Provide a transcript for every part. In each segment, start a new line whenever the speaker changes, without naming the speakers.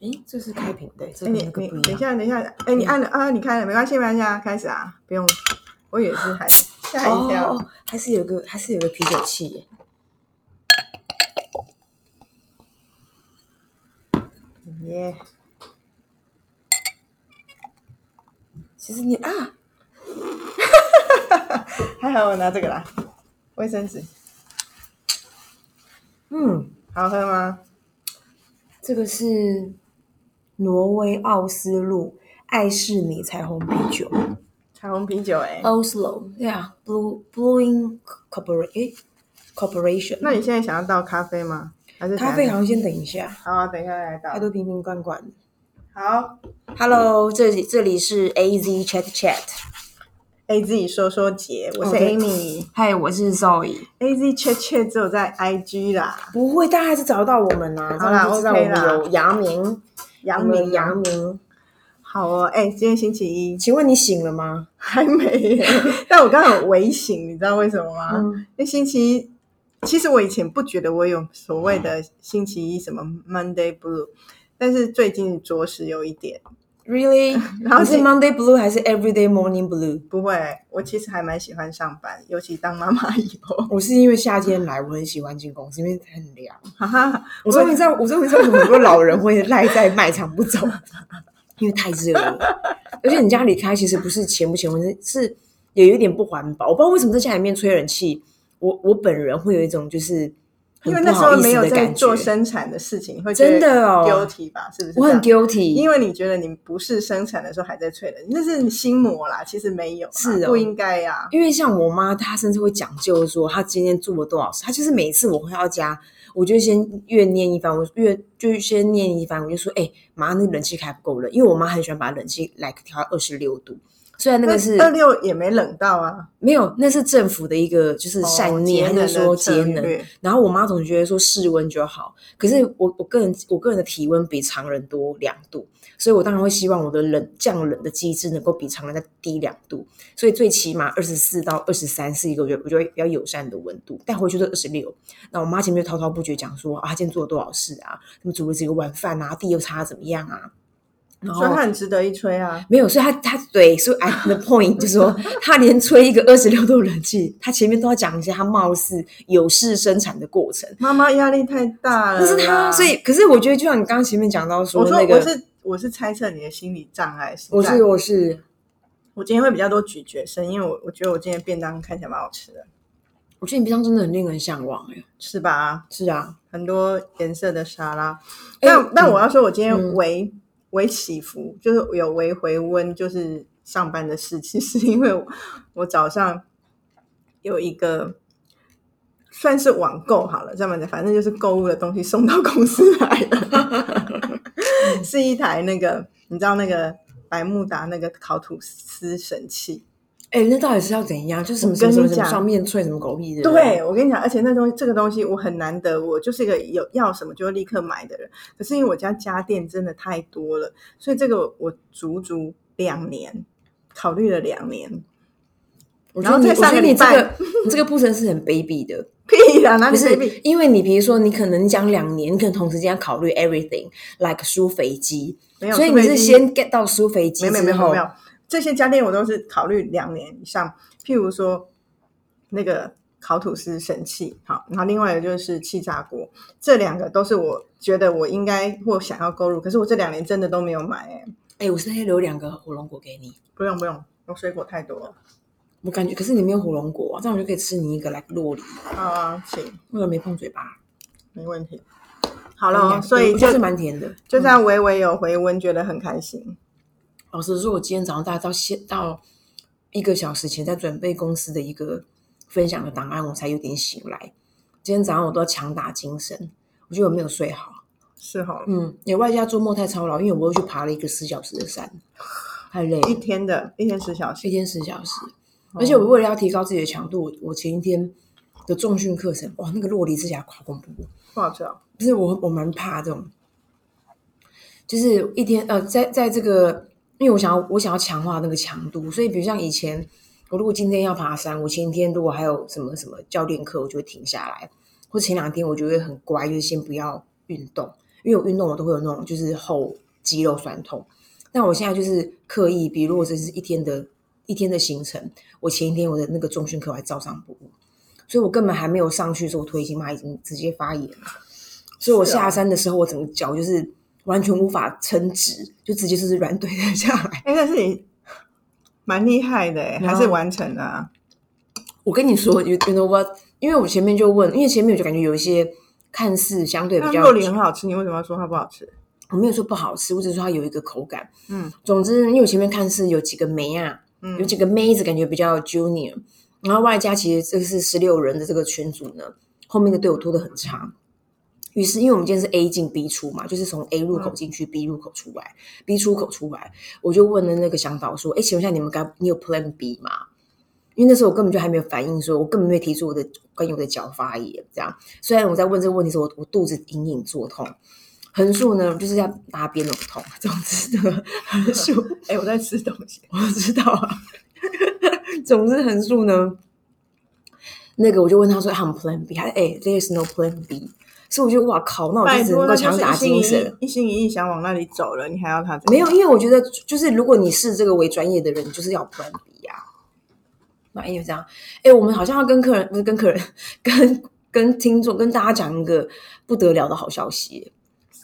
诶，这是开屏对，这
哎，
跟
你
那个
你
不一
等一
样。嗯
下，等一下，哎，你按了啊，你开了，没关系，没关系啊，开始啊，不用，我也是还吓一跳。
哦，还是有个，还是有个啤酒气耶。
耶、
其实你啊，
还好我拿这个啦，卫生纸，
嗯，
好喝吗？
这个是挪威奥斯陆爱是你彩虹啤酒
彩虹啤酒、
哦
欸，哎、
，Oslo，yeah，Blue Blueing Corporation，
那
Corporation。
你现在想要倒咖啡吗？还是
咖啡
等
好像先等一下，
下？好，等一下再来
它
倒。
都瓶瓶罐罐的。
好
Hello，这里这里是 A Z Chat Chat，
，A Z 说说姐，我
哦
是
对
Amy，A
嗨，我是 Zoe。
Z chat chat 只有在 I G 啦，
不会，大家还是找到我们呐、啊，
好啦
这样就知道我
OK
们
啦
有扬名，
杨
我们
明，
扬名。
好哦，哎、今天星期一
请问你醒了吗？
还没 耶，但我刚刚有微醒，你知道为什么吗？
嗯，
因为星期一，其实我以前不觉得我有所谓的星期一什么 Monday Blue，但是最近着实有一点。
Really？
然后
你是
是
Monday Blue 还是 Everyday Morning Blue？
不会，我其实还蛮喜欢上班，尤其当妈妈以 后，
我是因为夏天来，我很喜欢进公司，因为很凉。
哈哈，
我终于知道，我终于知道为什么很多老人会赖在卖场不走， 因为太热 了。而且你家里开其实不是钱不钱问题，是也有一点不环保。我不知道为什么在家里面吹冷气，我我本人会有一种就是很
因为
不
那时
好
候
意
没
思
有
的
在
感
做
觉。
生产的事情，会
真的哦
guilty 吧？是不是？
我很。guilty，
因为你觉得你不是生产的时候还在催人，那是你心魔啦，其实没有啦，
是哦
不应该呀、
因为像我妈，她甚至会讲究说，她今天做了多少事。她就是每次我回到家，我就先越念一番，我越就先念一番，我就说，哎、妈，那个冷气开不够冷，因为我妈很喜欢把冷气来调到二十六度。虽然那个是
二六也没冷到啊，
没有，那是政府的一个就是善念，
哦
她就说
节能
节
的策
能。
略
然后我妈总觉得说室温就好，可是我我个人我个人的体温比常人多两度，所以我当然会希望我的冷降冷的机制能够比常人再低两度，所以最起码二十四到二十三是一个我觉得我觉得比较友善的温度，但回去都二十六。那我妈前面就滔滔不绝讲说啊，她今天做了多少事啊，什么煮了几个晚饭啊，地又擦得怎么样啊，然后
所以它很值得一吹啊。
没有，所以他他对，所以 I the point 就是 说，他连吹一个二十六度冷气，他前面都要讲一下他貌似有事生产的过程。
妈妈压力太大了啦，
但是他，所以可是我觉得，就像你刚刚前面讲到说
嗯我说
那个，
我是我是猜测你的心理障碍，
我
在
是我是
我今天会比较多咀嚼声，因为我我觉得我今天便当看起来蛮好吃的，
我觉得你冰箱真的很令人向往哎、
是吧？
是啊，
很多颜色的沙拉，
哎
但、但
嗯
我要说，我今天
嗯
微、微起伏，就是有微回温，就是上班的事情， 是因为我我早上有一个算是网购好了，这么讲，反正就是购物的东西送到公司来 了，是一台那个你知道那个百慕达那个烤吐司神器，
哎、那到底是要怎样？就是什么
我
什
跟
么
你
什么什么
讲
双面脆什么狗屁的？
对，，我跟你讲，而且那东西这个东西我很难得，我就是一个有要什么就立刻买的人。可是因为我家家电真的太多了，所以这个我足足两年考虑了两年。
我觉
然
得你，
后
我
在
觉
上
得
个
你
礼
这
拜
个 你这个步骤是很卑鄙 的。
屁啦，哪
不
里
是
baby？
因为你，比如说你可能讲两年，你可能同时间要考虑 everything，like 输肥鸡，
没有，
所以
除
你
非
是先 get 到苏肥鸡
没有没有没
之
有
后
没，有，这些家电我都是考虑两年以上。譬如说那个烤吐司神器，好，然后另外一个就是气炸锅，这两个都是我觉得我应该或想要购入，可是我这两年真的都没有买、欸。
哎，我是不是可以留两个火龙果给你？
不用不用，我水果太多了。
我感觉，可是你没有火龙果啊，这样我就可以吃你一个 like 洛梨，
好啊，请，
为什么没碰嘴巴？哎
没问题。
好
好了，哦所以就
就是蛮甜的。
就
嗯
这样，微微有回温，觉得很开心。
老实说，我今天早上大概到现到一个小时前，在准备公司的一个分享的档案，我才有点醒来。今天早上我都要强打精神，我觉得我没有睡好。
是哈，
嗯，也外加周末太操劳，因为我又去爬了一个十小时的山，太累
一
了，
天的一天十小时
一，天十小时。而且我为了要提高自己的强度，我我前一天的重训课程，哇，那个洛梨指甲好恐怖，
不好吃哦。
不是我我蛮怕这种，就是一天呃，在在这个，因为我想要我想要强化那个强度，所以比如像以前，我如果今天要爬山，我前一天如果还有什么什么教练课，我就会停下来，或前两天我就会很乖，就是先不要运动。因为我运动我都会有那种就是后肌肉酸痛。但我现在就是刻意，比如我这是一天的一天的行程，我前一天我的那个重训课我还照上不误，所以我根本还没有上去的时候，我腿已经妈已经直接发炎了。所以我
是啊
下山的时候，我整个脚就是完全无法撑直，就直接就是软腿 了下来。
哎、但是你蛮厉害的、欸，
然
还
后
是完成了、啊。
我跟你说，you you know what？因为我前面就问，因为前面我就感觉有一些看似相对比
那
较
肉里很好吃，你为什么要说它不好吃？
我没有说不好吃，我只是说它有一个口感。
嗯，
总之，因为我前面看是有几个梅啊，
嗯
有几个妹子感觉比较 junior，然后外加其实这个是十六人的这个群组呢，后面的队伍拖得很长。于是，因为我们今天是 A 进 B 出嘛，就是从 A 入
嗯
口进去、b 入口出来，B 出口出来，我就问了那个向导说：“哎，请问一下，你们该你有 Plan B 吗？”因为那时候我根本就还没有反应说，我根本没有提出我的关于我的脚发炎这样。虽然我在问这个问题的时候，我我肚子隐隐作痛，横竖呢就是要拉边拢痛， 总之呢，横 竖
哎、我在吃东西。
我知道啊。 总之横竖呢，那个我就问他说：“I'm Plan B。”他说：“哎、t h e r e s no Plan B。”所以我就哇靠，那我
拜
就只
托，
能
那
够
就
强打
是一
精
心
神。
一意，一心一意想往那里走了，你还要他怎
没有，
样
因为我觉得就是如果你是这个为专业的人，你就是要 Plan B 啊。那因为这样，哎，我们好像要跟客人不是跟客人，跟跟听众跟大家讲一个不得了的好消息耶。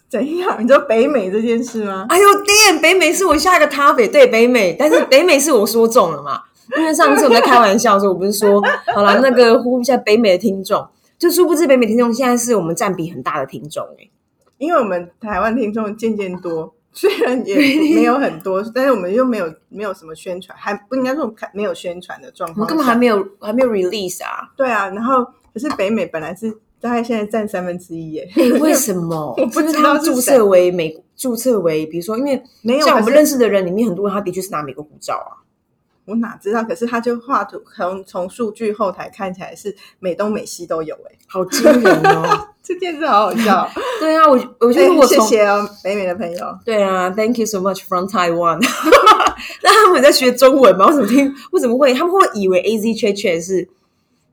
怎样？你知道北美这件事吗？
哎呦，damn！北美是我下一个 topic，对北美，但是北美是我说中了 嘛？因为上次我们在开玩笑的时候，我不是说好了，那个呼吁一下北美的听众，就殊不知北美听众现在是我们占比很大的听众哎、
因为我们台湾听众渐渐 多，虽然也没有很多，但是我们又没有没有什么宣传，还不应该说我们没有宣传的状
我们
况
根本还
下。
没有还没有 release 啊？
对啊，然后可是北美本来是大概现在占三分之一耶，
哎为什么？
我不
是不是
知道
他们
是谁
注册为美，注册为比如说，因为
没有
像我
可
们
是
认识的人里面很多人，他的确是拿美国护照啊。
我哪知道？可是他就画图，从从数据后台看起来是美东美西都有哎、
好惊人哦！
这件事好好笑。
对啊，我 我觉得我
哎谢
从、
谢哦，北美的朋友。
对啊，Thank you so much from Taiwan。那他们在学中文吗？我怎么听？我怎么会？他们会不会以为 A Z 圈圈是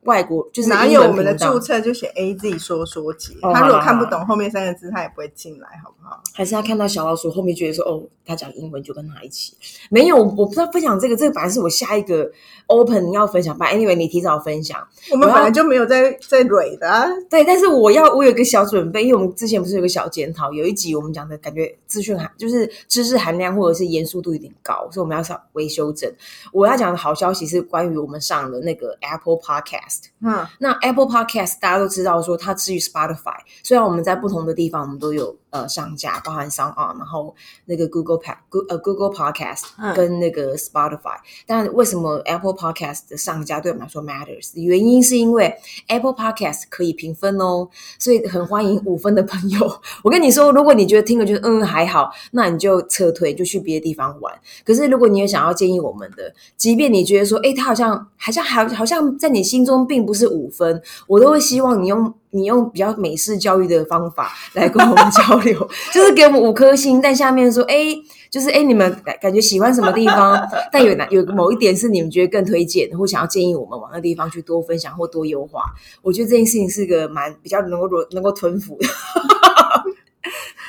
外国，就是
哪
英
有
文
我们的
频道
注册就写 A Z 说说节？
哦
他
好
如果
啦
看不
好啦
懂后面三个字，他也不会进来，好不好？
还是他看到小老鼠后面觉得说哦，他讲英文就跟他一起？没有，我不知道分享这个，这个反正是我下一个 open 要分享吧。Anyway，你提早分享。
我们
我要
本来就没有在在蕊的、啊，
对，但是我要我有一个小准备，因为我们之前不是有个小检讨，有一集我们讲的感觉资讯含就是知识含量或者是严肃度有点高，所以我们要稍微修正。我要讲的好消息是关于我们上的那个 Apple Podcast。
嗯，
那 Apple Podcast 大家都知道说它至于 Spotify，虽然我们在不同的地方我们都有呃上架，包含 Sound On，然后那个 Google Pa Go 呃 Google Podcast
嗯
跟那个 Spotify，、但为什么 Apple Podcast 的上架对我们来说 matters？原因是因为 Apple Podcast 可以评分哦，所以很欢迎五分的朋友。 我跟你说，如果你觉得听了觉得嗯还好，那你就撤退，就去别的地方玩。可是如果你也想要建议我们的，即便你觉得说，诶，他好像好像好好像在你心中并不是五分，我都会希望你用你用比较美式教育的方法 来跟我们交流，就是给我们五颗星，但下面说，诶，就是诶，你们感感觉喜欢什么地方，但有哪有某一点是你们觉得更推荐，或想要建议我们往那地方去多分享或多优化，我觉得这件事情是个蛮比较能够容能够吞服的。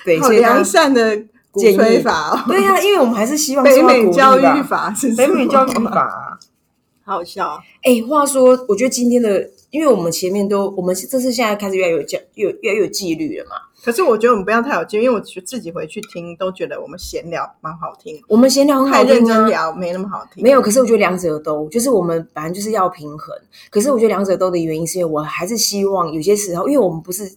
对，
好
所以大家
良善的鼓
建议
吹法哦，
对呀、因为我们还是希望
北
受到
美
鼓励
教育
吧
法是
北美教育
什么
法、
好笑，
哎、话说，我觉得今天的，因为我们前面都，我们这次现在开始越来越有讲，越越来越有纪律了嘛。
可是我觉得我们不要太有劲，因为我自己回去听都觉得我们闲聊蛮好听，
我们闲聊很好
太认
听
真
啊，
聊没那么好听。
没有。可是我觉得两者都，就是我们反正就是要平衡。可是我觉得两者都的原因，是因为我还是希望有些时候，因为我们不是。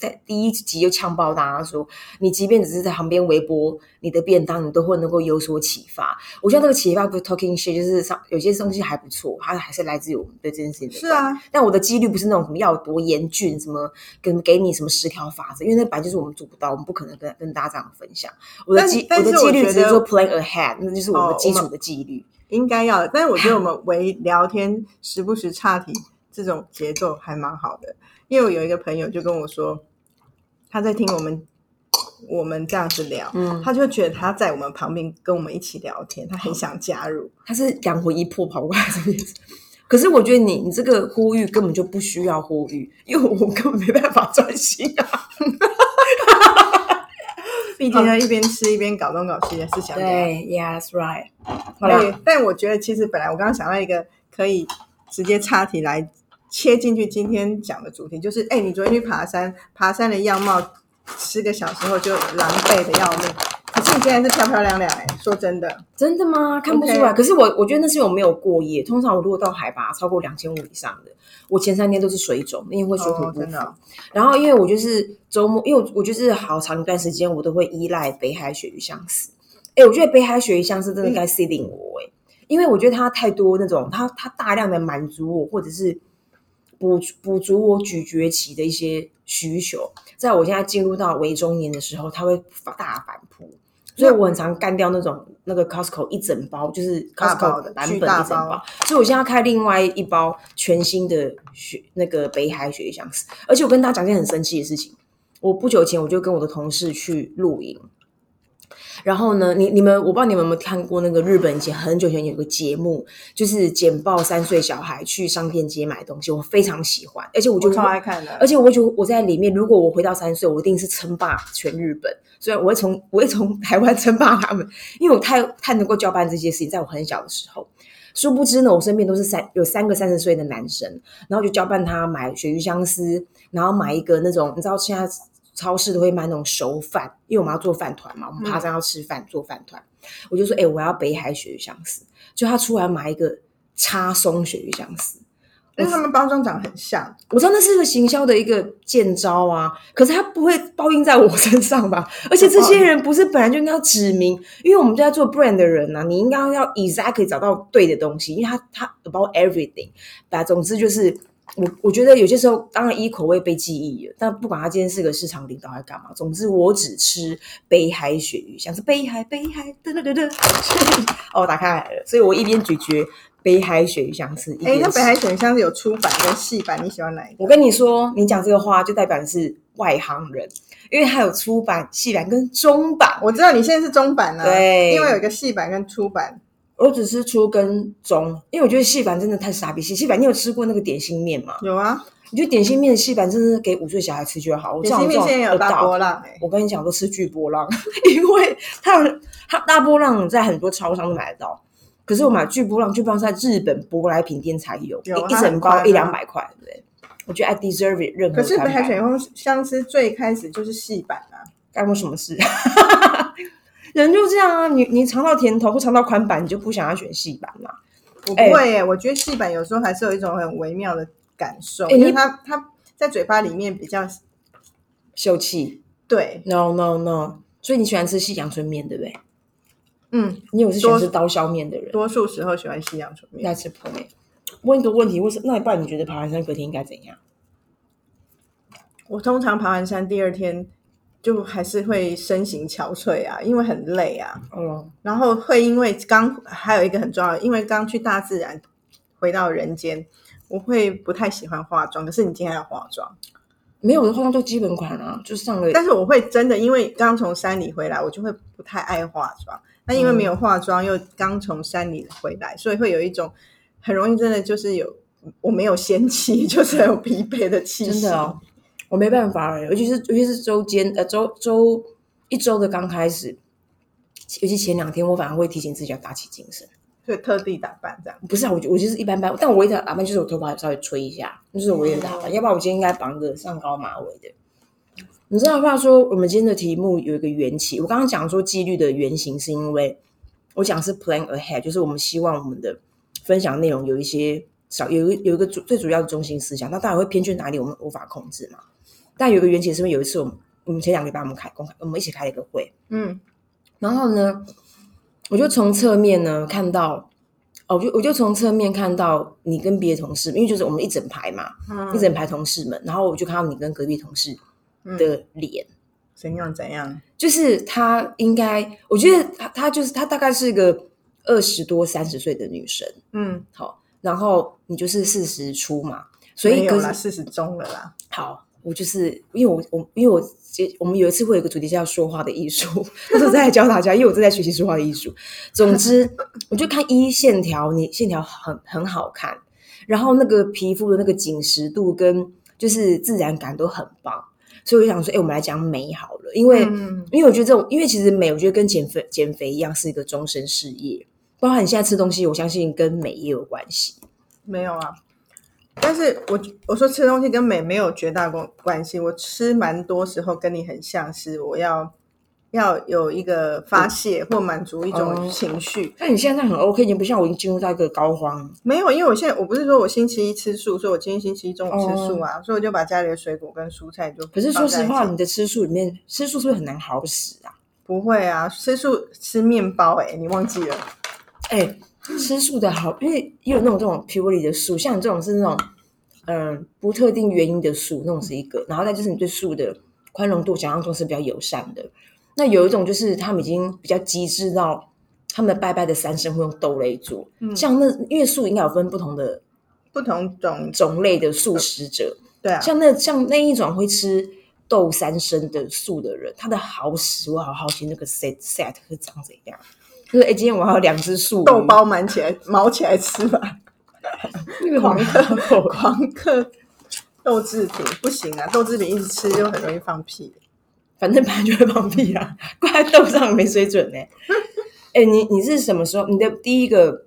在第一集就呛爆大家说，你即便只是在旁边微波你的便当，你都会能够有所启发。我觉得这个启发不是 talking shit，就是上有些东西还不错，它还是来自于我们对这件事情的
是啊，
但我的几率不是那种什么要有多严峻，什么跟给你什么十条法则，因为那本来就是我们做不到，我们不可能跟跟大家这样分享。我的
但
几
但
我
是
的几率
我觉
只
得
是说 plan ahead，那就是我
哦
们基
我
础的纪律。
应该要的，但是我觉得 我们为聊天时不时岔题这种节奏还蛮好的，因为我有一个朋友就跟我说，他在听我们我们这样子聊，
嗯，
他就觉得他在我们旁边跟我们一起聊天，他很想加入。
他是两魂一魄跑过来这边。可是我觉得你你这个呼吁根本就不需要呼吁，因为我根本没办法专心啊。
毕竟要一边吃一边搞东搞西的是想这样。
对，Yes right。好
对
啦，，
但我觉得其实本来我刚刚想到一个可以直接插题来切进去今天讲的主题，就是哎，你昨天去爬山，爬山的样貌吃个小时候就狼狈的要命，可是你竟然是漂漂亮亮哎、说真的，
真的吗？看不出来。可是我我觉得那是我没有过夜。通常我如果到海拔超过两千五以上的，我前三天都是水肿，因为会水土
哦
不
真
服。
的哦
然后因为我就是周末，因为我我就是好长一段时间我都会依赖北海鳕鱼相思。哎，我觉得北海鳕鱼相思真的
嗯
该 C 定我哎、因为我觉得它太多那种，它它大量的满足我，或者是补补足我咀嚼期的一些需求。在我现在进入到为中年的时候，它会反大反扑，所以我很常干掉那种那个 Costco 一整包，就是
大包
Costco
的
版本
巨
一
大
整
包
包。所以我现在要开另外一包全新的雪那个北海雪香丝，而且我跟大家讲件很神奇的事情，我不久前我就跟我的同事去露营，然后呢，你你们我不知道你们有没有看过那个日本以前很久以前有个节目，就是简报三岁小孩去商店街买东西，我非常喜欢，而且我
我
就
超爱看的，
而且我会觉得我在里面，如果我回到三岁，我一定是称霸全日本。虽然我会从 我会从台湾称霸他们，因为我太太能够交办这些事情，在我很小的时候。殊不知呢，我身边都是三有三个三十岁的男生，然后就交办他买鳕鱼香丝，然后买一个那种你知道现在超市都会卖那种熟饭，因为我们要做饭团嘛，我们爬山要吃饭、做饭团，我就说哎、我要北海鳕鱼香丝，就他出来买一个叉松鳕鱼香丝，
因为他们包装长很像，
我知道那是一个行销的一个见招啊，可是他不会报应在我身上 吧？而且这些人不是本来就应该要指明，因为我们就在做 brand 的人呐、啊，你应该要 exactly 找到对的东西，因为他他 about everything，吧，总之就是。我我觉得有些时候，当然一口味被记忆了，但不管他今天是个市场领导还干嘛，总之我只吃北海鳕鱼，像是北海北海，噔噔噔噔， 哦，打开来了，所以我一边咀嚼北海鳕鱼香是一边
哎，那
吃
北海选项是有出版跟细版，你喜欢哪一个？
我跟你说，你讲这个话就代表你是外行人，因为它有出版、细版跟中版。
我知道你现在是中版啊，
对
因为有一个细版跟出版，
我只是出跟中，因为我觉得细版真的太傻逼。细细版，你有吃过那个点心面吗？
有啊，
我觉得点心面细版真的是给五岁小孩吃就好。我
点心面现在有大波
浪。
浪哎，
我跟你讲，我都吃巨波浪， 因为它有它大波浪在很多超商都买得到，可是我买巨波浪，巨波浪是在日本舶来品店才有，
有
一
它
一
很
整
宽啊
包一两百块，对不对？我觉得 I deserve it，任何
可是北
三
海
百
选项相思最开始就是细版啊。
干过什么事？ 人就这样啊，你你尝到甜头或尝到宽版，你就不想要选细版嘛？
我
哎
不会耶、我觉得细板有时候还是有一种很微妙的感受，
哎
因为
你
它它在嘴巴里面比较
秀气
对，
？No No No！所以你喜欢吃细阳春面，对不对？
嗯，
你有是喜欢吃刀削面的人
多数时候喜欢西洋纯面。
，That's the point。问一个问题，为什那你不然你觉得爬完山隔天应该怎样？
我通常爬完山第二天就还是会身形憔悴啊，因为很累啊，
哦，
然后会因为刚还有一个很重要的，因为刚去大自然回到人间，我会不太喜欢化妆，可是你今天要化妆。
没有我的化妆都基本款啊，就上了。
但是我会真的，因为刚从山里回来，我就会不太爱化妆。那因为没有
嗯
化妆，又刚从山里回来，所以会有一种很容易真的就是有我没有仙气， 就是很有疲惫的气息。
真的哦，我没办法欸尤其是尤其是周间呃周周一周的刚开始，尤其前两天，我反而会提醒自己要打起精神。
所以特地打扮这样。
不是啊，我就我就是一般般，但我唯一的打扮就是我头发稍微吹一下，那就是我唯一的打扮。要不然我今天应该绑个上高马尾的。你知道话说，我们今天的题目有一个缘起。我刚刚讲说纪律的原型，是因为我讲是 plan ahead，就是我们希望我们的分享内容有一些少有一个有一个主最主要的中心思想，那当然会偏去哪里，我们无法控制嘛。但有一个缘起是因为有一次我们我们前两个礼拜我们开公开我们一起开了一个会，
嗯，
然后呢，我就从侧面呢看到，哦，我就我就从侧面看到你跟别的同事，因为就是我们一整排嘛，
嗯
一整排同事们，然后我就看到你跟隔壁同事的脸，
怎样怎样？
就是她应该，我觉得她她就是她大概是一个二十多三十岁的女生，
嗯，
好，然后你就是四十出嘛，所以
没有
可
啦，
是
四十中了啦。
好。我就是因为我我因为我接我们有一次会有一个主题叫说话的艺术， 那时候在教大家，因为我正在学习说话的艺术，总之，我就看一线条，你线条很很好看，然后那个皮肤的那个紧实度跟就是自然感都很棒，所以我就想说，哎、我们来讲美好了，因为、
嗯
因为我觉得这种，因为其实美，我觉得跟减肥减肥一样是一个终身事业，包含你现在吃东西，我相信跟美也有关系。
没有啊。但是我我说吃东西跟美没有绝大关关系，我吃蛮多时候跟你很像是我要要有一个发泄或满足一
嗯哦
种情绪。
那你现在很 OK，你不像我已经进入到一个高荒，
没有，因为我现在我不是说我星期一吃素，所以我今天星期一中午吃素啊，所以我就把家里的水果跟蔬菜就
哦可是说
放在
实
一起
话，你的吃素里面，吃素是不是很难好死啊？
不会啊，吃素吃面包哎、你忘记了？
哎、吃素的好，因为也有那种这种 purely 的素，像你这种是那种嗯、呃不特定原因的素，那种是一个，然后再就是你对素的宽容度，想象中是比较友善的。那有一种就是他们已经比较机智到他们拜拜的三牲会用豆类做，
嗯
像那因为素应该有分不同的
不同种
种类的素食者，
对啊，
像那像那一种会吃豆三生的素的人，他的好食我好好奇那个 set set 是长怎样。就是哎、诶今天我要两只素
豆
鱼
包满起来，毛起来吃吧，
那个
狂
客
狂克豆制品不行啊，豆制品一直吃就很容易放屁。
反正本来就会放屁啊，挂在豆上没水准呢、欸。哎、你你是什么时候？你的第一个，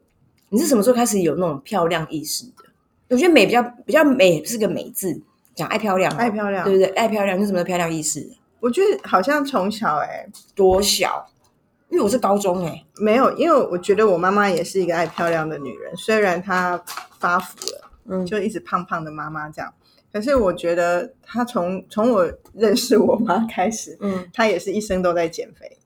你是什么时候开始有那种漂亮意识的？我觉得美比较比较美是个美字，讲爱漂亮啊，
爱漂亮
对不对？爱漂亮，你有什么漂亮意识？
我觉得好像从小哎、
多小？因为我是高中哎、
没有，因为我觉得我妈妈也是一个爱漂亮的女人，虽然她发福了，
嗯
就一直胖胖的妈妈这样，可是我觉得她从从我认识我妈开始，
嗯，
她也是一生都在减肥，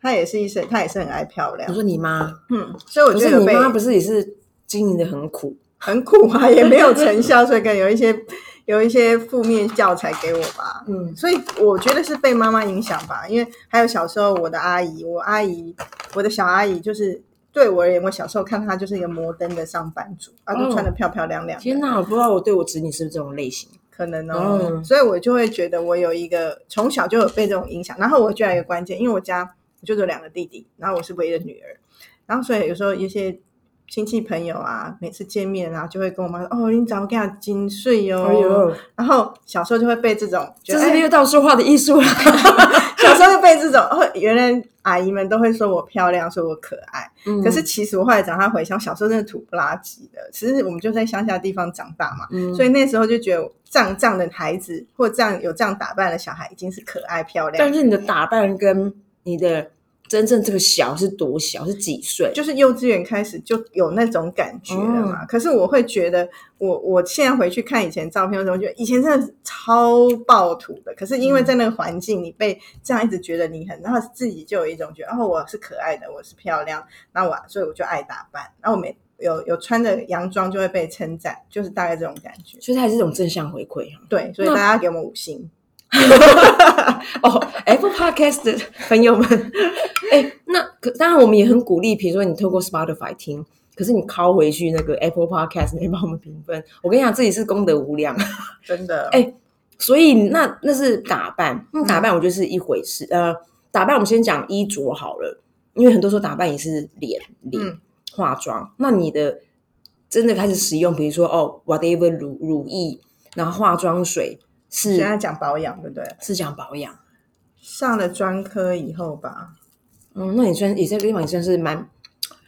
她也是一生，她也是很爱漂亮
我，说你妈，
嗯，所以我
可
觉
是
得有
你
被
妈不是也是经营的很苦，
很苦啊，也没有成效，所以可能有一些有一些负面教材给我吧。
嗯
所以我觉得是被妈妈影响吧，因为还有小时候我的阿姨，我阿姨，我的小阿姨就是对我而言，我小时候看她就是一个摩登的上班族，啊，
哦
都穿的漂漂亮亮的，
天哪，我不知道我对我侄女是不是这种类型。
可能哦，
嗯
所以我就会觉得我有一个从小就有被这种影响，然后我就有一个关键，因为我家我就只有两个弟弟，然后我是唯一的女儿，然后所以有时候一些亲戚朋友啊，每次见面啊，就会跟我妈说：“哦，你早给他金穗哦。
哎呦，
然后小时候就会被这种，觉
这
得
是不是
哎
又到说话的艺术 了？
小时候就被这种，哦，原来阿姨们都会说我漂亮，说我可爱。
嗯
可是其实我后来长大回想，小时候真的土不拉几的，其实我们就在乡下地方长大嘛，
嗯
所以那时候就觉得这样这样的孩子，或这样有这样打扮的小孩，已经是可爱漂亮
但，是你的打扮跟你的真正这个小是多小，是几岁？
就是幼稚园开始就有那种感觉了
哦
嘛。可是我会觉得我，我现在回去看以前照片的时候，我觉得以前真的超暴土的。可是因
嗯
为在那个环境，你被这样一直觉得你很，然后自己就有一种觉得，哦，我是可爱的，我是漂亮，那我所以我就爱打扮，然后我每有有穿着洋装就会被称赞，就是大概这种感觉。
所以它还是一种正向回馈啊 哈。
对，所以
那
大家给我们五星。
哦，Apple Podcast 的朋友们，哎，那可当然我们也很鼓励，比如说你透过 Spotify 听，可是你拷回去那个 Apple Podcast，你可以帮我们评分。我跟你讲，这也是功德无量。
真的，
哎所以那那是打扮，那打扮我觉得是一回事。呃，打扮我们先讲衣着好了，因为很多时候打扮也是脸脸、
嗯
化妆。那你的真的开始使用，比如说哦，whatever 乳乳液，然后化妆水
现在
是啊
讲保养，对不对？
是讲保养。
上了专科以后吧，
嗯，那你算也在这个地方也算是蛮，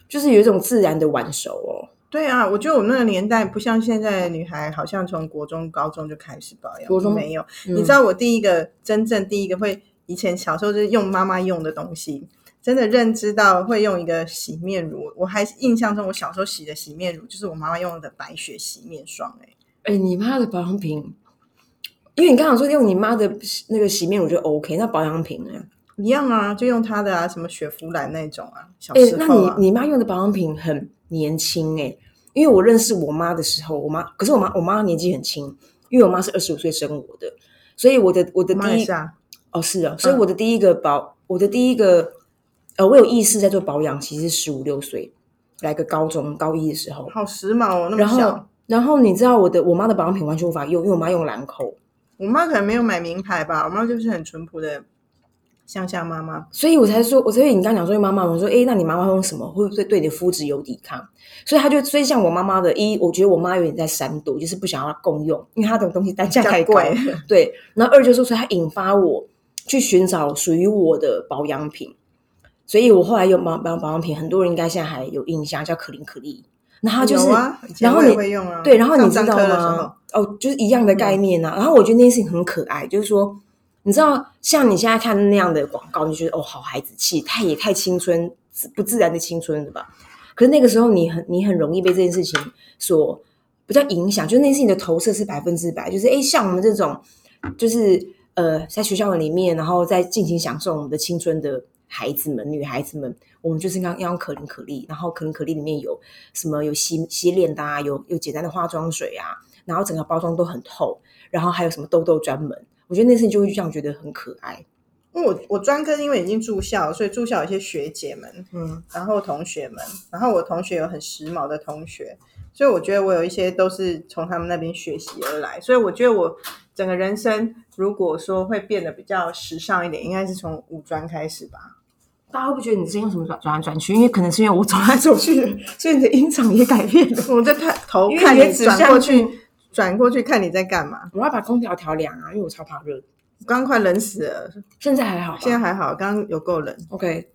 就是有一种自然的晚熟哦。
对啊，我觉得我们那个年代不像现在的女孩，好像从国中、高中就开始保养，
国中
没有。
嗯
你知道我第一个真正第一个会，以前小时候就是用妈妈用的东西，真的认知到会用一个洗面乳。我还印象中我小时候洗的洗面乳就是我妈妈用的白雪洗面霜、欸，
哎、你妈的保养品，因为你刚刚说用你妈的那个洗面乳就 OK，那保养品呢？
一样啊，就用她的啊，什么雪芙兰那种啊，小
哎、
时
那
候啊，
你你妈用的保养品很年轻哎、因为我认识我妈的时候，我妈可是我妈我妈年纪很轻，因为我妈是二十五岁生我的，所以我的我的
我妈
第
也
一
是啊，
哦是哦，所以我的第一个保、我的第一个呃我有意识在做保养，其实十五六岁来个高中高一的时候，
好时髦哦，那么
然
小
后。然后你知道我的我妈的保养品完全无法用，因为我妈用兰蔻，
我妈可能没有买名牌吧，我妈就是很淳朴的乡下妈妈，
所以我才说，我才你刚讲说妈妈，我说诶，那你妈妈会用什么？会不会对你的肤质有抵抗？所以她就所以像我妈妈的，一我觉得我妈有点在闪躲，就是不想要共用，因为她的东西单价
比较
太高
贵。
对，然后二就是说它引发我去寻找属于我的保养品，所以我后来有保保保养品，很多人应该现在还有印象，叫可伶可丽。那它就是
有啊，以前
然后
我也
你
会用啊，
对，然后你知
上专
道
科的时候
吗？？哦，就是一样的概念啊。然后我觉得那件事情很可爱，就是说，你知道，像你现在看那样的广告，你觉得哦，好孩子气，太也太青春，自不自然的青春了吧？可是那个时候，你很你很容易被这件事情所比较影响，就是那件事情的投射是百分之百，就是诶，像我们这种，就是呃，在学校里面，然后在尽情享受我们的青春的。孩子们、女孩子们，我们就是刚要用可伶可俐，然后可伶可俐里面有什么有洗洗脸的啊，有有简单的化妆水啊，然后整个包装都很透，然后还有什么痘痘专门，我觉得那事情就会让我觉得很可爱。
因为我我专科因为已经住校，所以住校有一些学姐们，
嗯，
然后同学们，然后我同学有很时髦的同学，所以我觉得我有一些都是从他们那边学习而来，所以我觉得我整个人生如果说会变得比较时尚一点，应该是从五专开始吧。
大家会不会觉得你是用什么转转来转去？因为可能是因为我走来走去，所以你的音场也改变了。
我在探头
因为
看
你的
你
指
转
向
过去，转过去看你在干嘛。
我要把空调调凉啊，因为我超怕热。
我刚刚快冷死了，
现在还好吧？
现在还好，刚刚有够冷。
OK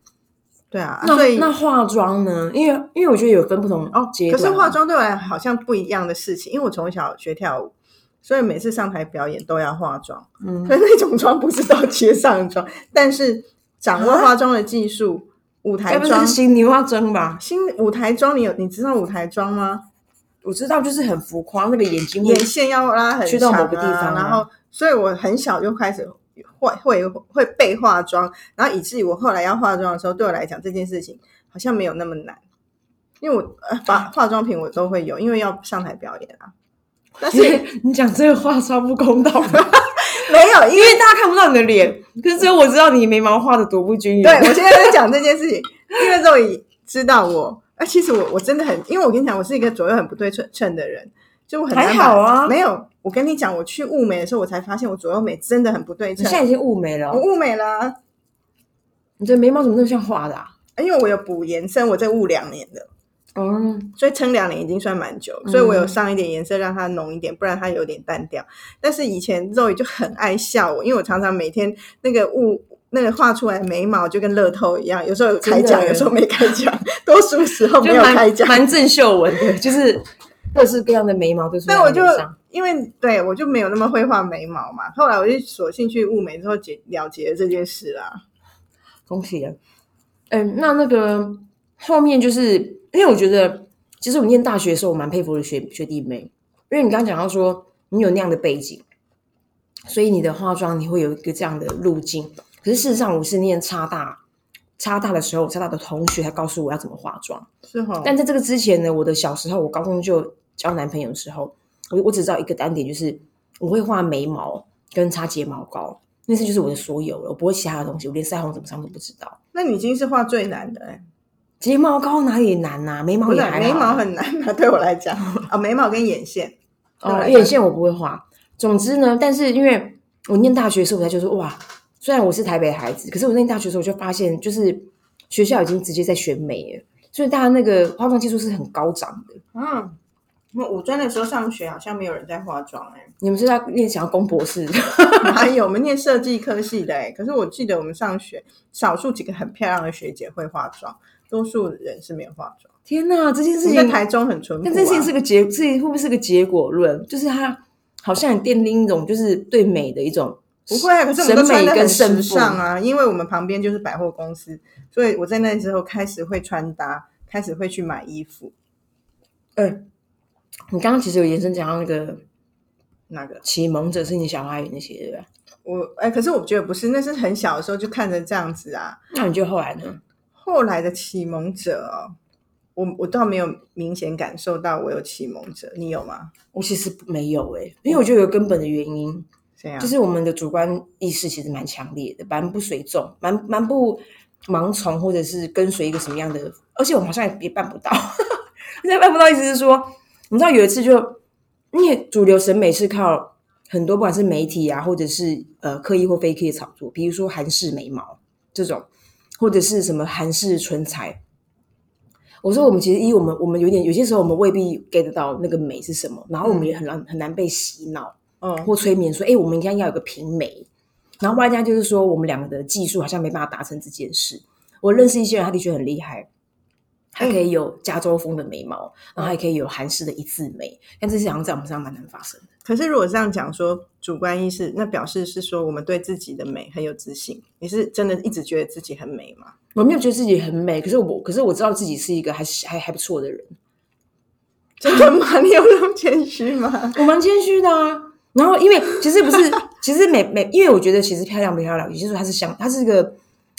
对啊，
那。
所以
那化妆呢？因为因为我觉得有分不同哦阶
可
段啊。
是化妆对我来好像不一样的事情，因为我从小学跳舞，所以每次上台表演都要化妆，
嗯
所以那种妆不是到街上的妆，但是掌握化妆的技术，舞台
哎该不
妆
是新牛化妆吧？
新舞台妆，你有你知道舞台
嗯
妆吗？
我知道，就是很浮夸，那个眼睛会
眼线要拉很长、啊，
去到某个地方啊
然后所以我很小就开始会会会背化妆，然后以至于我后来要化妆的时候，对我来讲这件事情好像没有那么难，因为我呃把
啊
化妆品我都会有，因为要上台表演啊。 但是
你讲这个话超不公道的，
没有，因
因为大家看不到你的脸，可是只有我知道你眉毛画的多不均匀。
对我现在在讲这件事情，因为肉姨知道我，啊，其实我我真的很，因为我跟你讲，我是一个左右很不对称称的人，就我很难
还
把
好啊
没有，我跟你讲，我去雾眉的时候，我才发现我左右眉真的很不对
你
称
现，在已经雾眉了
我
哦，
雾眉啦、啊，
你的眉毛怎么那么像画的、啊？
因为我有补颜色，我这雾两年的，
嗯，
所以撑两年已经算蛮久，
嗯
所以我有上一点颜色让它浓一点，不然它有点单调。但是以前肉姨就很爱笑我，因为我常常每天那个雾。那个画出来的眉毛就跟乐透一样，有时候有开
真
奖，
的欸
有时候没开奖， 多数时候没
就
有开
蛮
奖。
蛮郑秀文的，就是各式各样的眉毛都是在
但我就
脸上。
因为对我就没有那么会画眉毛嘛，后来我就索性去雾眉之后解了结这件事啦。
恭喜啊！嗯，那那个后面就是因为我觉得，其实我念大学的时候，我蛮佩服我的学学弟妹，因为你刚刚讲到说你有那样的背景，所以你的化妆你会有一个这样的路径。可是事实上，我是念差大，差大的时候，差大的同学他告诉我要怎么化妆。
是哈，
但在这个之前呢，我的小时候，我高中就交男朋友的时候，我我只知道一个单点，就是我会画眉毛跟擦睫毛膏，那是就是我的所有了，我不会其他的东西，我连腮红怎么上都不知道。
那你已经是画最难的、欸，
睫毛膏哪里难呐、眉毛
不
也
是
还好
眉毛很难啊，对我来讲啊、眉毛跟眼线，对我
哦，
来
眼
讲
线我不会画。总之呢，但是因为我念大学的时候，我才就说哇，虽然我是台北孩子，可是我念大学的时候我就发现，就是学校已经直接在选美了，所以大家那个化妆技术是很高涨的。
嗯，我五专的时候上学好像没有人在化妆哎、
你们是在念想要攻博士？
哪有我们念设计科系的哎、可是我记得我们上学少数几个很漂亮的学姐会化妆，多数人是没有化妆。
天哪，这件事
你在
情
台中很淳朴、啊，
但这件事情是个结，这会不会是个结果论？就是它好像也奠定一种就是对美的一种
不会啊，可是我们都
审
穿
美
的很
跟胜
时
负
尚啊，因为我们旁边就是百货公司，所以我在那时候开始会穿搭，开始会去买衣服。
嗯，你刚刚其实有延伸讲到那个
那个
启蒙者是你小花园那些，对吧？
我哎、可是我觉得不是，那是很小的时候就看着这样子啊。
那你就后来呢？
后来的启蒙者哦，我我倒没有明显感受到我有启蒙者，你有吗？
我其实没有诶、因为我觉得有根本的原因，
这样
就是我们的主观意识其实蛮强烈的，蛮不随众，蛮蛮不盲从，或者是跟随一个什么样的，而且我们好像也也办不到。 现在办不到，意思是说，你知道有一次就，因为主流审美是靠很多不管是媒体啊，或者是呃刻意或非刻意的炒作，比如说韩式眉毛，这种，或者是什么韩式唇彩。我说我们其实一我们我们有点有些时候我们未必 get 到那个美是什么，然后我们也很难很难被洗脑
嗯
或催眠说，哎、我们应该要有个平眉。然后外加就是说，我们两个的技术好像没办法达成这件事。我认识一些人，他的确很厉害，他可以有加州风的眉毛，然后还可以有韩式的一字眉，但这些好像在我们身上蛮难发生的。
可是如果这样讲说主观意识，那表示是说我们对自己的美很有自信。你是真的一直觉得自己很美吗？
我没有觉得自己很美，可是我可是我知道自己是一个还是还还不错的人，
真的吗？ 你有那么谦虚吗？
我蛮谦虚的啊。然后因为其实不是，其实美美，因为我觉得其实漂亮不漂亮，有些时候它是相，它是一个，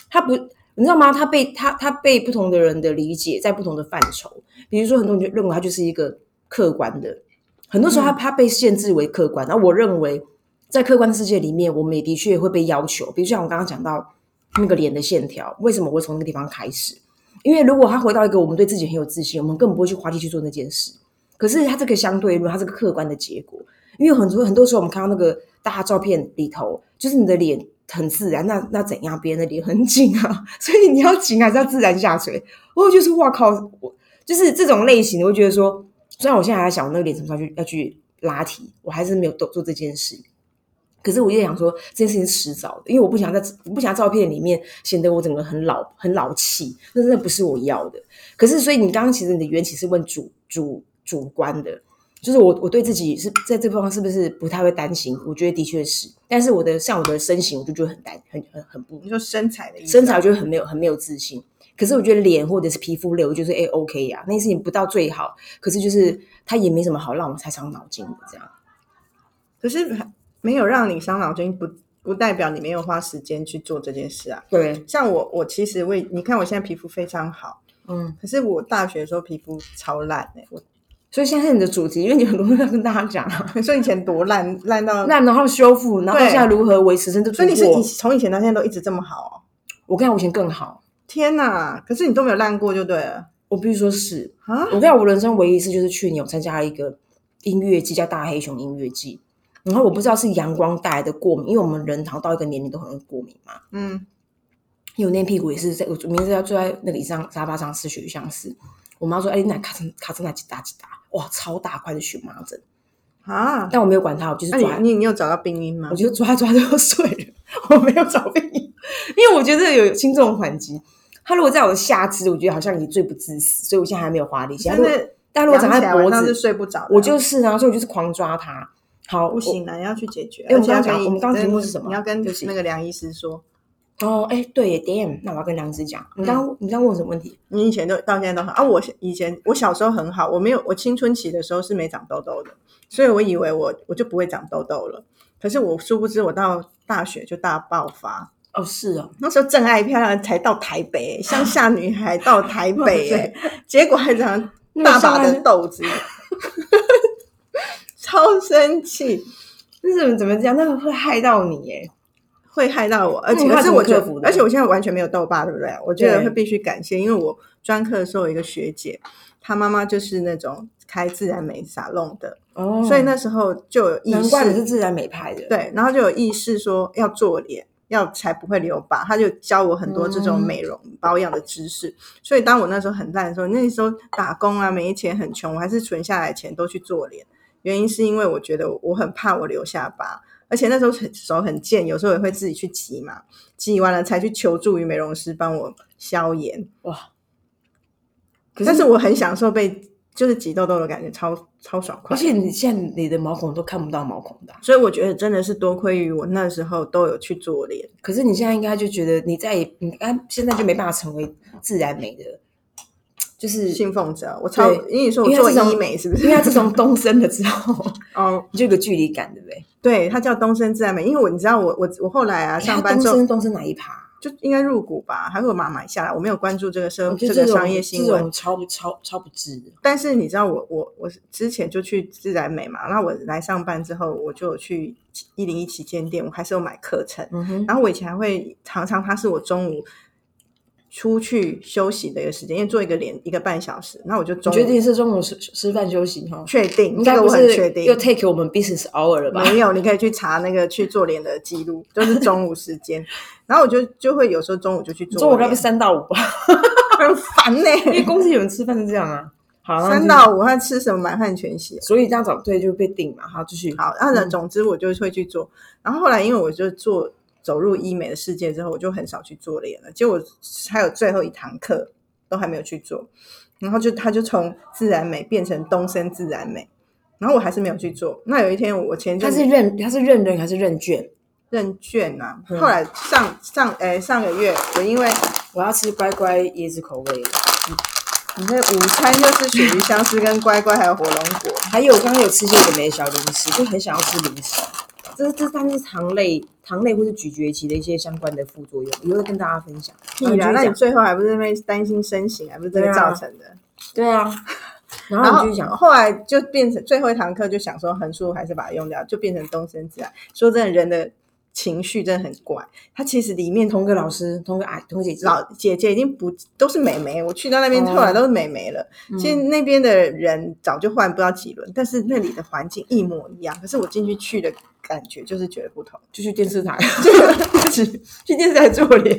它不，你知道吗？它被它它被不同的人的理解在不同的范畴，比如说很多人就认为它就是一个客观的，很多时候它它被限制为客观。然后我认为在客观的世界里面，我们也的确会被要求，比如像我刚刚讲到那个脸的线条，为什么我会从那个地方开始？因为如果他回到一个我们对自己很有自信，我们更不会去花力去做那件事。可是它这个相对论，它是个客观的结果，因为很多很多时候我们看到那个大家照片里头，就是你的脸很自然，那那怎样？别人的脸很紧啊， 所以你要紧还是要自然下垂？我会觉得是哇靠，我就是这种类型，我会觉得说，虽然我现在还在想我那个脸什么时候去要去拉提，我还是没有做做这件事。可是我就想说，这件事情是迟早的，因为我不想在我不想在照片里面显得我整个很老很老气，那真的不是我要的。可是，所以你刚刚其实你的缘起是问主主主观的，就是我我对自己是在这方面是不是不太会担心？我觉得的确是，但是我的像我的身形，我就觉得很担很很很不
你说身材的意思，
身材，我觉得很没有很没有自信。可是我觉得脸或者是皮肤类，我就是哎 OK 呀、那件事情不到最好，可是就是它也没什么好让我才伤脑筋的这样。
可是没有让你伤脑筋不，不代表你没有花时间去做这件事啊。
对，
像我，我其实为你看我现在皮肤非常好，
嗯，
可是我大学的时候皮肤超烂哎、我
所以现在是你的主题，因为你很多东西要跟大家讲啊。
你说以前多烂烂到，
那然后修复，然后
对
现在如何维持，甚至突
所以你是
破
以从以前到现在都一直这么好哦。
我跟你讲，我以前更好。
天哪！可是你都没有烂过就对了
我必须说是，
啊
我！跟你讲，我人生唯一一次就是去年我参加了一个音乐季，叫大黑熊音乐季。然后我不知道是阳光带来的过敏，因为我们人好像到一个年龄都很容易过敏嘛。
嗯，
因为我那天屁股也是在，我明知要坐在那个椅子上沙发上吃血鱼相思。我妈说：“哎、那卡成卡成那几打几打，哇，超大块的荨麻疹。
啊”，
但我没有管它，我就是
那、
抓，
你你你有找到病因吗
我？啊就抓抓就睡了，我没有找病因，因为我觉得有轻重缓急。它如果在我的下肢，我觉得好像也最不自私，所以我现在还没有花力气。它
真
如果
的，
但如果长
痒起
在
来
脖
晚上是
子，
睡不着的。
我就是啊，所以我就是狂抓它。好，
不行啊了，要去解决。
哎我们
而且要
刚刚
跟
我们刚刚
跟
题目是什么啊
你要跟
对不起
那个梁医师说，
我。哦，哎、对耶，damn，那我要跟梁子讲，你刚、
嗯
你刚问我什么问题？
你以前都到现在都很啊，我以前我小时候很好，我没有我青春期的时候是没长痘痘的，所以我以为我我就不会长痘痘了。可是我殊不知，我到大学就大爆发。
哦，是哦，
那时候真爱漂亮才到台 北，乡下女孩到台北，哎结果还长大把的豆 子，超生气，
那怎么怎么讲？那个会害到你耶。
会害到我，而且
那你
可是我觉
怎么克服
得，
的
而且我现在完全没有痘疤，对不对？我觉得
对
会必须感谢，因为我专科的时候有一个学姐，她妈妈就是那种开自然美沙龙的，
哦
所以那时候就有意
难怪你
识，
是自然美派的。，
对，然后就有意识说要做脸。要才不会留疤，她就教我很多这种
嗯
美容保养的知识。所以当我那时候很烂的时候，那时候打工啊，没钱很穷，我还是存下来钱都去做脸。原因是因为我觉得我很怕我留下疤，而且那时候很手很贱，有时候也会自己去挤嘛，挤完了才去求助于美容师帮我消炎。
哇！可是
但是我很享受被就是挤痘痘的感觉，超超爽快
而。且你现在你的毛孔都看不到毛孔的啊、
所以我觉得真的是多亏于我那时候都有去做脸，
可是你现在应该就觉得你在你刚现在就没办法成为自然美的，就是
信奉者，我超
对
因为你说我
因为
做
它这种
医美是不是？
因为它自从东升了之后，
哦，
你就有个距离感，对不对？
对，它叫东升自然美，因为我你知道我我我后来啊上班之
哎东
后
升东升哪一趴？
就应该入股吧，还是我妈买下来，我没有关注这个社
我觉
这
得
个
种
商业新
哦这
闻
种，超不超超不值的。
但是你知道我我我之前就去自然美嘛，那我来上班之后，我就有去一零一旗舰店，我还是有买课程。
嗯哼，
然后我以前还会常常，它是我中午出去休息的一个时间，因为做一个连一个半小时，那我就中
你决
午
定是中午吃吃饭休息哈？
确
应
定，这
该
个
不
我很
是
确定，
又 take 我们 business hour 了吧？
没有，你可以去查那个去做脸的 记录，就是中午时间。然后我就就会有时候中午就去做
中午大概
脸，
三到五 吧，
很烦呢、
因 为公司有人吃饭是这样啊。好，
三
那就
到五他吃什么满汉全席啊、
是所以这样早对就被定嘛。好，继续。
好，然后呢，
嗯
总之我就会去做。然后后来因为我就做走入医美的世界之后，我就很少去做脸了。结果还有最后一堂课都还没有去做，然后就他就从自然美变成东升自然美，然后我还是没有去做。那有一天我前一
他是
阵
认他是认人还是认卷？
认卷啊，
嗯
后来上上诶、上个月我因为
我要吃乖乖椰子口味的。
你那午餐就是属于相思跟乖乖还有火龙果，
还有我刚刚有吃一些什么小零食，就很想要吃零食。这这但是糖类、糖类或是咀嚼期的一些相关的副作用，以后会跟大家分享。
屁啦！
然后
啊那
嗯继
你
续
最后还不是因为担心身形，还不是这个
对啊
造成的？
讲对 啊，然
然
后
后
你继续讲，
后来就变成最后一堂课，就想说横竖还是把它用掉，就变成东升自然。说真的，人的情绪真的很怪，它其实里面同
同个老师、同个矮、同个姐姐，
老姐姐已经不都是美眉，我去到那边
哦
后来都是美眉了。
嗯
其实那边的人早就换不知道几轮，但是那里的环境一模一样，可是我进去去的感觉就是觉得不同。
就去电视 台，去去电视台做脸。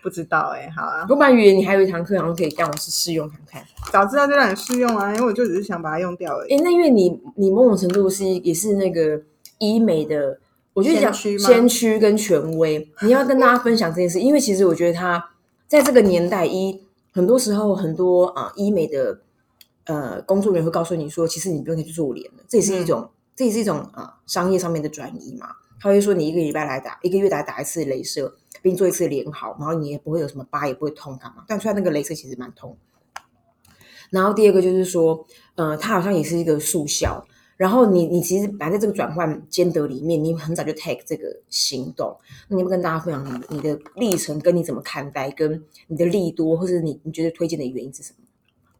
不知道哎、好啊，
我本来以为你还有一堂课，然后可以让我试试用看看。
早知道就让你试用啊，因为我就只是想把它用掉而已。
诶，那因为你你某种程度是也是那个医美的，我觉得讲
先驱吗
先驱跟权威，你要跟大家分享这件事，因为其实我觉得他在这个年代一，很多时候很多啊、呃医美的呃工作人员会告诉你说，其实你不用再去做脸了，这也是一种、
嗯
这也是一种啊、呃商业上面的转移嘛。他会说你一个礼拜来打，一个月来打一次镭射，并做一次脸好，然后你也不会有什么疤，也不会痛干嘛。但虽然那个镭射其实蛮痛。然后第二个就是说，呃，它好像也是一个速效。然后你你其实摆在这个转换间得里面，你很早就 take 这个行动。那你要不要跟大家分享你你的历程，跟你怎么看待，跟你的利多，或者你你觉得推荐的原因是什么？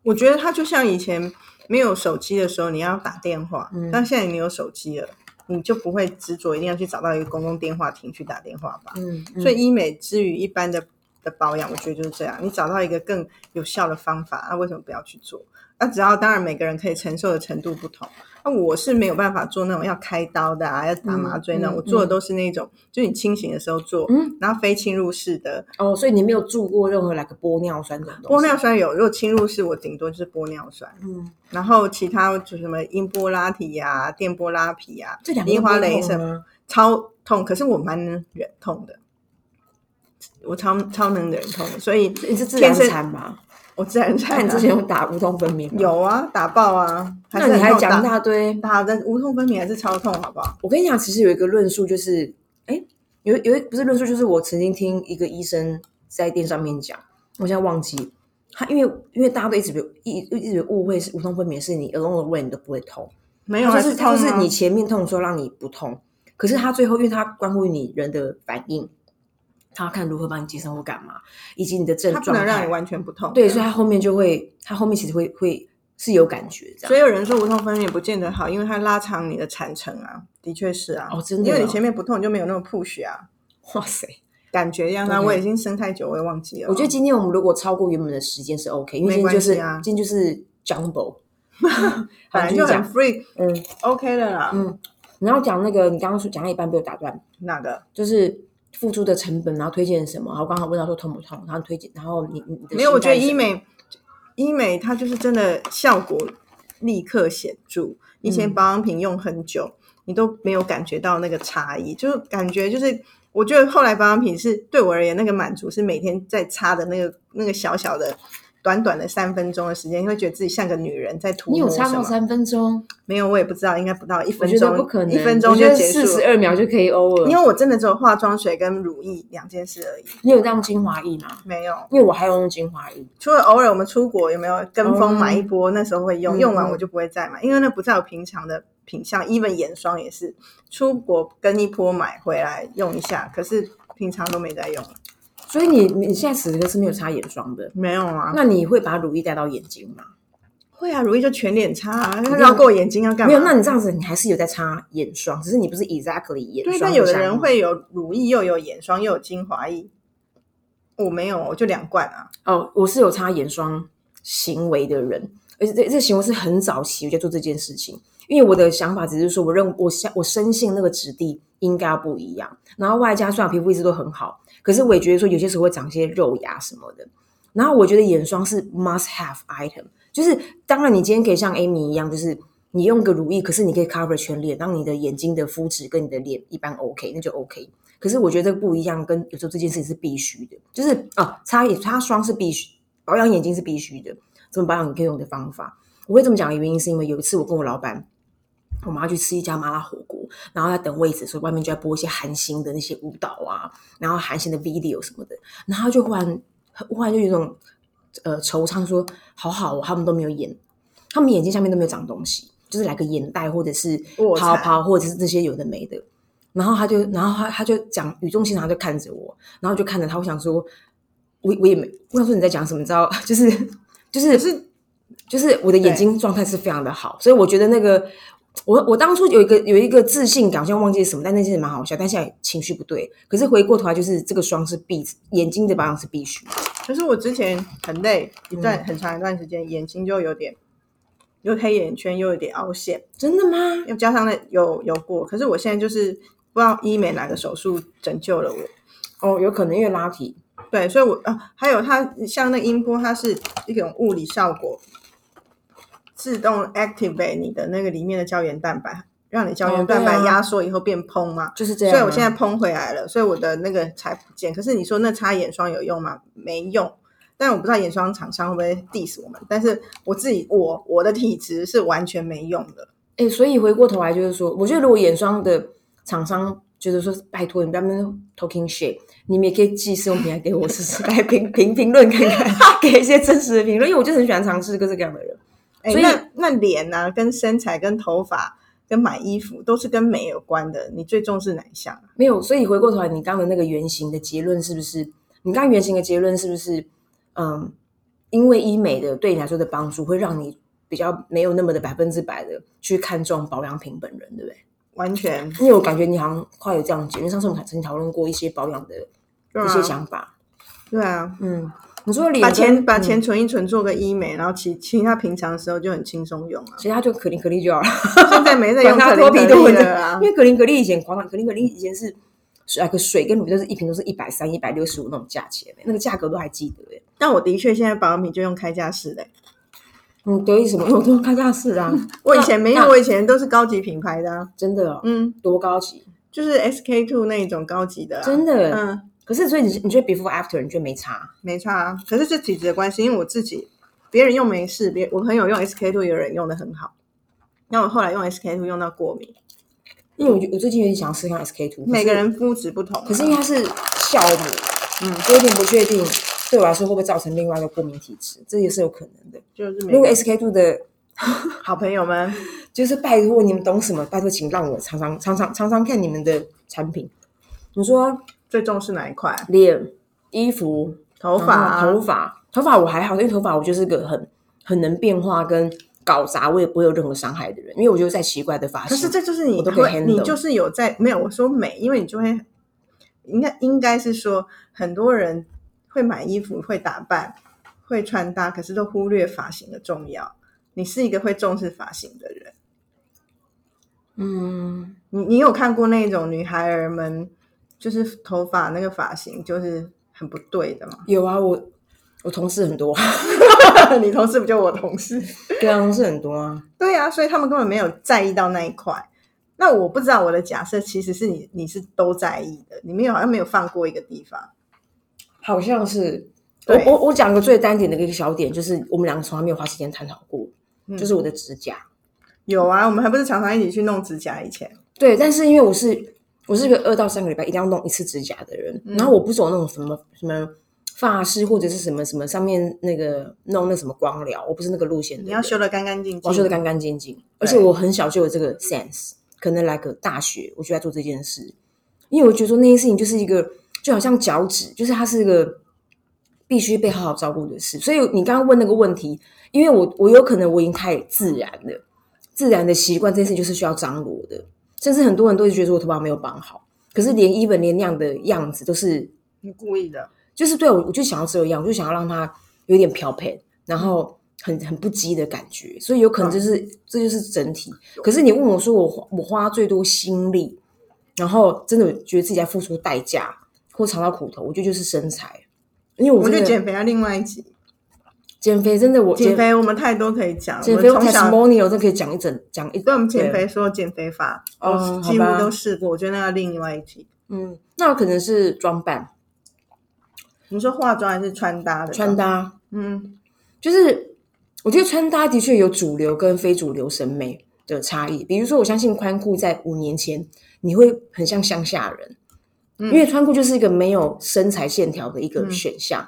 我觉得它就像以前没有手机的时候，你要打电话，
嗯
但现在你有手机了，你就不会执着一定要去找到一个公共电话亭去打电话吧。
嗯，
所以医美之于一般的的保养，我觉得就是这样。你找到一个更有效的方法，啊那、为什么不要去做？那、只要当然每个人可以承受的程度不同。那、我是没有办法做那种要开刀的啊，要打麻醉那
嗯
种。
嗯
我做的都是那种，就你清醒的时候做，
嗯
然后非侵入式的。
哦，所以你没有住过任何 like 玻尿酸这种东
玻
西？
尿酸有，如果侵入式，我顶多就是玻尿酸。
嗯，
然后其他就什么音波拉提呀、电波拉皮呀、
这两个
樱花雷
什
什
么？
超痛，可是我蛮能忍痛的，我超超能忍痛的，所以
你是自然
天生
产吗？
我自然
那
产、
你
啊
之。前有打无痛分娩吗？，
有啊，打爆啊，
那
是
你
很
还
痛
讲一
打
大堆？
打的无痛分娩还是超痛，好不好？
我跟你讲，其实有一个论述就是，哎，有有一不是论述，就是我曾经听一个医生在电视上面讲，我现在忘记他，因为因为大家都一直被一一直被误会是无痛分娩，是你 along the way 你都不会痛，
没有，
就
还
是
痛
它
啊
就是你前面痛的时候让你不痛，可是他最后因为它关乎于你人的反应，他要看如何帮你接生或干嘛，以及你的症
它不
状
能让你
态，
完全不痛。
对，所以他后面就会，他后面其实会会是有感觉这
所
样。
以有人说无痛分娩不见得好，因为它拉长你的产程啊，的确是啊，
哦真的
因为
哦
你前面不痛，你就没有那么 push 啊，
哇塞！
感觉一样啊。
OK
我已经生太久，我也忘记了。
我觉得今天我们如果超过原本的时间是 OK，因为今天
没关
就是、
系啊
今天就是 jumbo，
本来就
好
很
你继续
free，
嗯
，OK 的啦。
嗯然后讲那个你刚刚说讲到一半被我打断，
哪个？
就是付出的成本，然后推荐什么，然后刚好问到说痛不痛，然后推荐，然后你你你的
没有，我
心
觉得
态是
医
什么
美，医美它就是真的效果立刻显著。以前
嗯
保养品用很久，你都没有感觉到那个差异，就是感觉就是，我觉得后来保养品是对我而言那个满足是每天在擦的那个那个小小的。短短的三分钟的时间，你会觉得自己像个女人在涂
你有
抹
差
什
到
么？
三分钟，
没有，我也不知道，应该不到一
我
分
觉得
钟，
不可能，
一分钟就结束
四十
了。
二秒就可以 over。
因为我真的只有化妆水跟乳液两件事而已，
你有这样精华液吗？
没有。
因为我还有用精华液，
除了偶尔我们出国有没有跟风买一波，那时候会用，
嗯
用完我就不会再买，因为那不在我平常的品相。even 眼霜也是，出国跟一波买回来用一下，可是平常都没在用了。
所以你你现在此刻是没有擦眼霜的。
没有啊，
那你会把乳液带到眼睛吗？
会啊，如意就全脸擦、啊，要绕过我眼睛要干嘛？
没有，那你这样子，你还是有在擦眼霜，只是你不是 exactly 眼
对，
霜
但
的
有的
项
人
目
会有乳液，又有眼霜，又有精华液，我没有，我就两罐啊。
哦，我是有擦眼霜行为的人，而且这这行为是很早期我就做这件事情，因为我的想法只是说，我认我相我深信那个质地应该不一样，然后外加虽然皮肤一直都很好，可是我也觉得说有些时候会长一些肉芽什么的，然后我觉得眼霜是 must have item，就是当然你今天可以像 Amy 一样，就是。你用个乳液，可是你可以 cover 全脸，让你的眼睛的肤质跟你的脸一般 OK，那就 OK。可是我觉得这个不一样，跟有时候这件事情是必须的，就是啊，擦眼擦霜是必须，保养眼睛是必须的。怎么保养你可以用的方法，我会这么讲的原因是因为有一次我跟我老板，我们要去吃一家麻辣火锅，然后在等位置的时候，外面就在播一些韩星的那些舞蹈啊，然后韩星的 video 什么的，然后他就忽然忽然就有一种呃惆怅说，好好、哦，他们都没有眼，他们眼睛下面都没有长东西，就是来个眼袋或者是
卧蚕
泡泡或者是这些有的没的。然后他就，然后他他就讲语重心长，他就看着我，然后就看着他，我想说，我我也没，我想说你在讲什么，你知道， 就是就是是就是我的眼睛状态是非常的好，所以我觉得那个我我当初有一个有一个自信感，好像忘记是什么，但那件事蛮好笑，但现在情绪不对，可是回过头来就是这个霜是必眼睛的保养是必须的，
可是我之前很累一
嗯
段、很长一段时间，眼睛就有点又黑眼圈，又有点凹陷，
真的吗？
又加上那有有过。可是我现在就是不知道医美哪个手术拯救了我。
哦，有可能因为拉皮，
对，所以我啊，还有它像那音波，它是一种物理效果，自动 activate 你的那个里面的胶原蛋白，让你胶
哦
原蛋白
对啊
压缩以后变嘭嘛。
就是这
所
样啊、
以我现在嘭回来了，所以我的那个才不见。可是你说那擦眼霜有用吗？没用。但我不知道眼霜厂商会不会 diss 我们，但是我自己我我的体质是完全没用的。
哎、所以回过头来就是说，我觉得如果眼霜的厂商就是说，拜托你不要在那边 talking shit，你们也可以寄试用品来给我试试，来 评评评论看 看，给一些真实的评论，因为我就是很喜欢尝试各式各样的人。
哎，
所以
那那脸啊，跟身材、跟头发、跟买衣服都是跟美有关的。你最重视哪一项啊？
没有，所以回过头来，你刚刚的那个原型的结论是不是？你刚刚原型的结论是不是？嗯，因为医美的对你来说的帮助，会让你比较没有那么的百分之百的去看重保养品本人，对不对？
完全
因为我感觉你好像快有这样的结论。上次我们曾经讨论过一些保养的
对啊
一些想法，
对啊，
嗯，你说脸
把
跟
钱把
嗯
钱存一存，做个医美，然后其其他平常的时候就很轻
。
松用啊
其实他就可伶可俐就好了，
现在没在用
管他
可
脱
伶
皮
可
多
俐
的
了啊
因。为可伶可俐以前狂可伶可俐以前是水啊，个水跟乳就是一瓶都是一百三、一百六十五那种价钱，那个价格都还记得耶。
但我的确现在保养品就用开架式的欸、
嗯，得意什么？我都看架势 啊，
我以前没有，
那
我以前都是高级品牌的、啊，
真的哦，
嗯，
多高级，
就是 SK two 那一种高级的、啊，
真的。
嗯，
可是所以你你觉得 before after 你觉得没差？
没差、啊。可是这体质的关系，因为我自己别人用没事，别我朋友用 SK two，有人用的很好。那我后来用 SK two 用到过敏，
因为我觉我最近有点想要试看 SK two，
每个人肤质不同啊、
可是因为它是酵母，
嗯
我有点不确定对我来说会不会造成另外一个过敏体质，这也是有可能的。
就是每
如果
个
SK two 的
好朋友们，
就是拜托你们懂什么？拜托，请让我常常常常常常看你们的产品。你说
最重视哪一块？啊
脸、衣服、
头发、
然
啊，
哦嗯后头发，头发我还好，因为头发我就是个很很能变化跟搞砸，我也不会有任何伤害的人，因为我觉得再奇怪的发
可是
型，
这就是你
啊我都可以
会，
handle
你就是有在没有我说美，因为你就会应该应该是说很多人会买衣服、会打扮、会穿搭，可是都忽略发型的重要。你是一个会重视发型的人，
嗯，
你你有看过那种女孩儿们，就是头发那个发型就是很不对的吗？
有啊，我我同事很多，
你同事不就我同事？
对啊，同事很多啊，
对啊，所以他们根本没有在意到那一块。那我不知道我的假设其实是你你是都在意的，你没有好像没有放过一个地方。
好像是。我
对
我我讲个最单点的一个小点，就是我们两个从来没有花时间探讨过，
嗯
就是我的指甲。
有啊，我们还不是常常一起去弄指甲？以前
对，但是因为我是我是一个二到三个礼拜一定要弄一次指甲的人，然后我不走那种什么什么发饰或者是什么什么上面那个弄那什么光疗，我不是那个路线的人。
你要修的干干净净，
我要修的干干净净，而且我很小就有这个 sense，可能来个大学我就在做这件事，因为我觉得说那件事情就是一个就好像脚趾，就是它是一个必须被好好照顾的事。所以你刚刚问那个问题，因为我我有可能我已经太自然了，自然的习惯这件事情就是需要张罗的，甚至很多人都会觉得说我头发没有绑好，可是连 even 连那样的样子都是
你故意的。
就是对我我就想要这样，我就想要让它有点漂配，然后很很不羁的感觉，所以有可
嗯
能就是、这就是整体。可是你问我说我花我花最多心力，然后真的觉得自己在付出代价或尝到苦头，我觉得就是身材，因为
我
我
们
真
就
的
减肥啊，另外一集
减肥真的我
减肥我们太多可以讲，
减
我
肥
们从小
testimonial 这可以讲一整讲一
对我们
对
减肥说减肥法，
哦
我几乎
好吧
都试过，我觉得那要另外一集。
嗯，那可能是装扮
你说化妆还是穿搭的？
穿，搭。
嗯，
就是我觉得穿搭的确有主流跟非主流审美的差异。比如说，我相信宽裤在五年前你会很像乡下人，
嗯
因为宽裤就是一个没有身材线条的一个选项。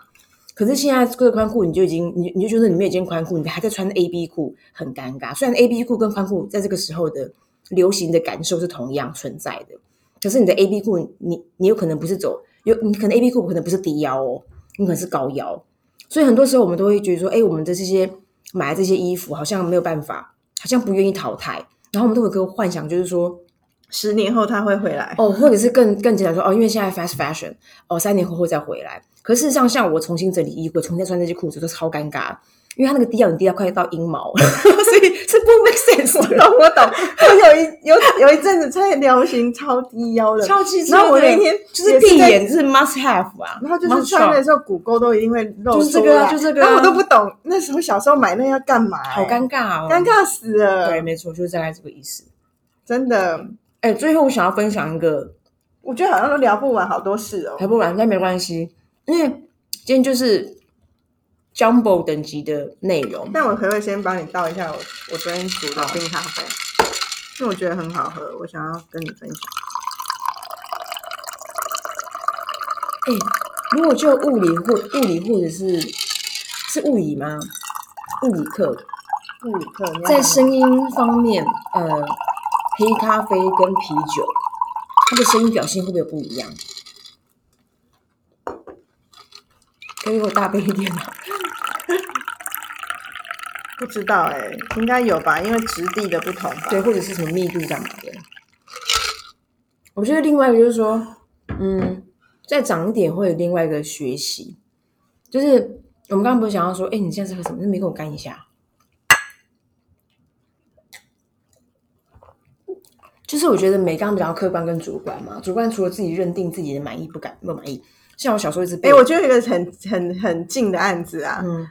可是现在这个宽裤，你就已经你你就觉得你没有一件宽裤，你还在穿 A B 裤，很尴尬。虽然 A B 裤跟宽裤在这个时候的流行的感受是同样存在的，可是你的 A B 裤，你你有可能不是走有你可能 A B 裤可能不是低腰哦，你可能是高腰，所以很多时候我们都会觉得说，哎，我们的这些买的这些衣服好像没有办法，好像不愿意淘汰，然后我们都有一个幻想，就是说，
十年后他会回来。
哦，或者是更更简单说，哦，因为现在 fast fashion，哦，三年后会再回来。可事实上，像我重新整理衣柜，重新穿这些裤子，都超尴尬，因为它那个低腰，你低到快到阴毛， 所以是不 make sense 的。
我懂，我 有一有有一阵子在流行超低腰的，
超级
然后我
那
那天
就是
也
闭
在
眼，就是 must have 啊，
然后就是
must
穿
shop
的时候骨沟都一定会露
就是这个啊
出来
就是这个啊
但我都不懂那时候小时候买那要干嘛、欸
好尴尬哦，
尴。尬死
对，
了，
没错，就是大概这个意思。
真的，
哎，最后我想要分享一个，
我觉得好像都聊不完好多事哦
还。不完，但没关系，因为今天就是 jumbo 等级的内容。
但我可不可以先帮你倒一下我我昨天煮的冰咖啡？因为我觉得很好喝，我想要跟你分享。
哎、如果就物理或物理或者是是物理吗？物理课
布里克，你要
在
吗
声音方面，呃，黑咖啡跟啤酒，它的声音表现会不会有不一样？可以给我大杯一点吗？
不知道哎、应该有吧，因为质地的不同吧。
对，或者是什么密度干嘛的。我觉得另外一个就是说，嗯，再长一点会有另外一个学习，就是我们刚刚不是想要说，哎、你现在在喝什么？你没跟我干一下？就是我觉得每刚刚比较客观跟主观嘛，主观除了自己认定自己的满意不感不满意，像我小时候一直
哎、
被，
我觉得有一个很很很近的案子啊，
嗯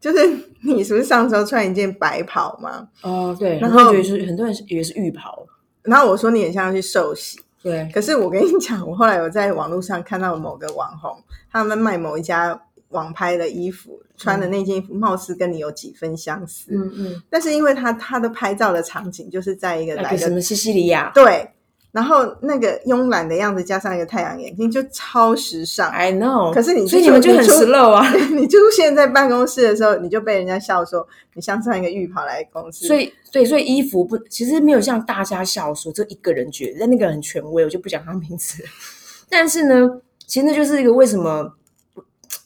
就是你是不是上周穿一件白袍嘛？
哦对，然
然
后
后
觉得是很多人以为是浴袍，
然后我说你很像去受洗，
对，
可是我跟你讲，我后来有在网络上看到某个网红，他们卖某一家网拍的衣服，穿的那件衣服貌似跟你有几分相似，
嗯嗯，
但是因为他他的拍照的场景就是在一个
那
来
个什
个
么西西里亚
对，然后那个慵懒的样子加上一个太阳眼镜，就超时尚。
，I know，
可是你
所以
就
你们
说
就很
你说
slow 啊，
你出现在办公室的时候，你就被人家笑说你像穿一个浴袍来公司，
所以对，所以衣服不，其实没有像大家笑说这一个人觉得，但那个人很权威，我就不讲他名字。 但是呢，其实那就是一个为什么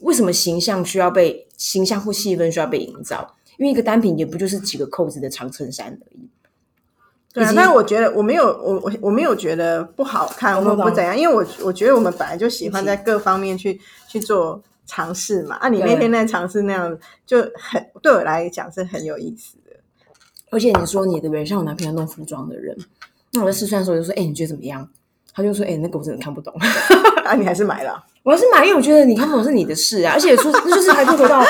为什么形象需要被形象或气氛需要被营造，因为一个单品也不就是几个扣子的长衬衫而已。
对
以
啊，
及
但我觉得我没有，我我我没有觉得不好看
我
或
懂
不怎样，因为我我觉得我们本来就喜欢在各方面去去做尝试嘛。啊，你那
对
天在尝试那样，就很对我来讲是很有意思的。
而且你说你对不对？像我男朋友弄服装的人，那我在试穿的时候就说：“哎、你觉得怎么样？”他就说：“哎、那个我真的看不懂。”
啊，你还是买了啊，
我还是买，因为我觉得你看不懂是你的事啊，而且 说这就是还是回到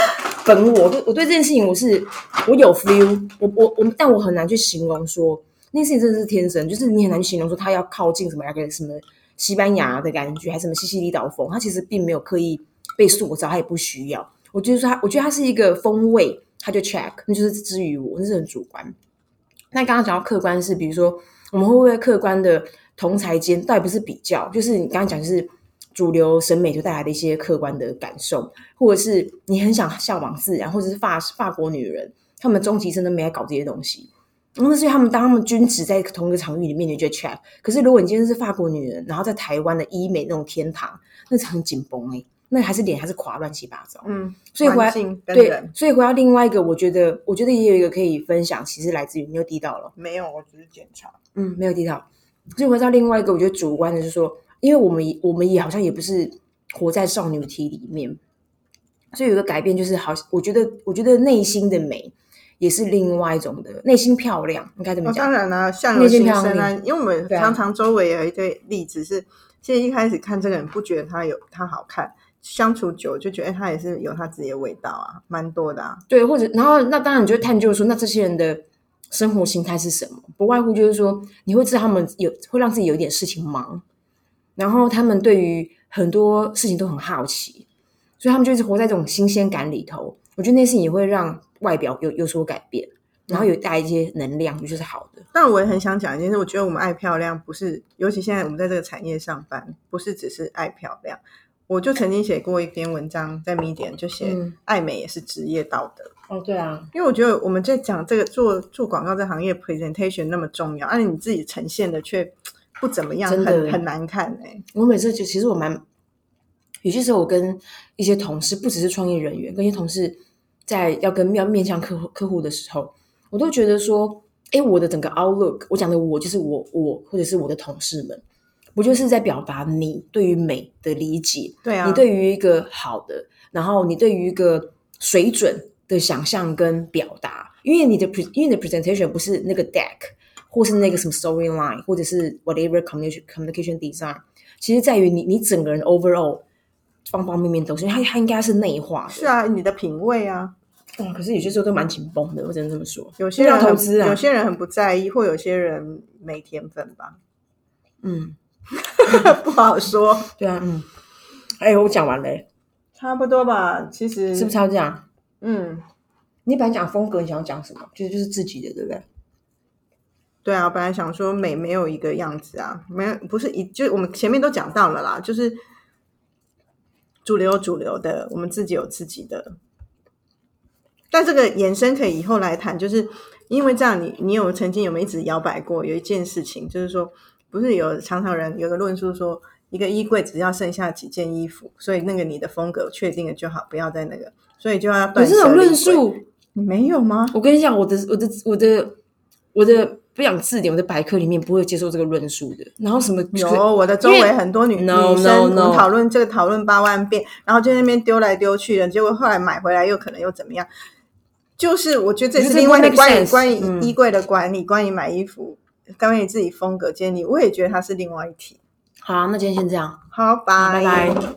本我，我对我对这件事情我是我有 feel，我我我，但我很难去形容说那件事情真的是天生，就是你很难去形容说它要靠近什么那个什么西班牙的感觉，还是什么西西里岛风，它其实并没有刻意被塑造，它也不需要。我就是说它，我觉得它是一个风味，它就 check，那就是之于我，那是很主观。那刚刚讲到客观是，比如说我们会不会客观的同才间，倒也不是比较，就是你刚刚讲就是主流审美就带来的一些客观的感受，或者是你很想向往自然，或者是法法国女人，她们终其一生都没来搞这些东西。嗯那是因为他们当他们均值在同一个场域里面，你就觉得 check。可是如果你今天是法国女人，然后在台湾的医美那种天堂，那是很紧绷哎、那还是脸还是垮乱七八糟。
嗯，
所以回
环
来
境跟
对
人，
所以回到另外一个，我觉得我觉得也有一个可以分享，其实来自于你又低到了。
没有，我只是检查。
嗯，没有提到。所以回到另外一个，我觉得主观的是说，因为我们也我们也好像也不是活在少女体里面。所以有一个改变就是好，我觉得我觉得内心的美也是另外一种的内心漂亮，应该怎么
哦，
讲？
当然啦、相
内
由
心
心
漂
生啊
亮。
因为我们
对啊
常常周围有一对例子是，其实一开始看这个人不觉得他有他好看，相处久了就觉得哎他也是有他自己的味道啊，蛮多的啊。
对，或者然后那当然你就会探究说，那这些人的生活形态是什么？不外乎就是说，你会知道他们有会让自己有一点事情忙，然后他们对于很多事情都很好奇，所以他们就是活在这种新鲜感里头。我觉得那事情也会让外表有有所改变，然后有带一些能量，就是好的。
但我也很想讲一件事，我觉得我们爱漂亮不是，尤其现在我们在这个产业上班，不是只是爱漂亮。我就曾经写过一篇文章在 Medium，就写
嗯
爱美也是职业道德。
哦，对啊，
因为我觉得我们在讲这个做做广告这行业 presentation 那么重要，而、啊你自己呈现的却不怎么样，
真的
很很难看哎、
我每次就其实我蛮，有些时候我跟一些同事，不只是创业人员，跟一些同事在要跟要面向客户客户的时候，我都觉得说，哎，我的整个 outlook，我讲的我就是我我或者是我的同事们，不就是在表达你对于美的理解，
对啊，
你对于一个好的，然后你对于一个水准的想象跟表达，因为你的 pre 因为你的 presentation 不是那个 deck，或是那个什么 storyline，或者是 whatever communication communication design，其实在于你你整个人 overall 方方面面都是，因为它它应该是内化的。
是啊，你的品味啊，
哇，可是有些时候都蛮紧绷的，我只能这么说。
有些人
要投
很
资啊
有些人很不在意，或有些人没天分 吧，
嗯，
不好说，
对啊，嗯。哎、我讲完了、
嗯差不多吧。其实
是不是要这样？
嗯，
你本来讲风格，你想要讲什么？就是就是自己的，对不对？
对啊，本来想说美没有一个样子啊，没有不是一，就是我们前面都讲到了啦，就是主流有主流的，我们自己有自己的。但这个延伸可以以后来谈，就是因为这样你，你有曾经有没有一直摇摆过？有一件事情就是说，不是有常常人有个论述说，一个衣柜只要剩下几件衣服，所以那个你的风格确定了就好，不要再那个，所以就要
有
断
这种
舍离
论
柜
述，
你没有吗？
我跟你讲，我的我的我的我的不讲字典，我的百科里面不会接受这个论述的。然后什么
有，我的周
因
围
为
很多女
No,
女生，我
no, no
们讨论这个讨论八万遍，然后就在那边丢来丢去的，结果后来买回来又可能又怎么样？就是我觉得这
就是这
另外的
make
关于
sense，
关于
嗯
衣柜的管理，关于买衣服，关于自己风格建立，我也觉得它是另外一题。
好，那今天先这样，
好，拜
拜拜。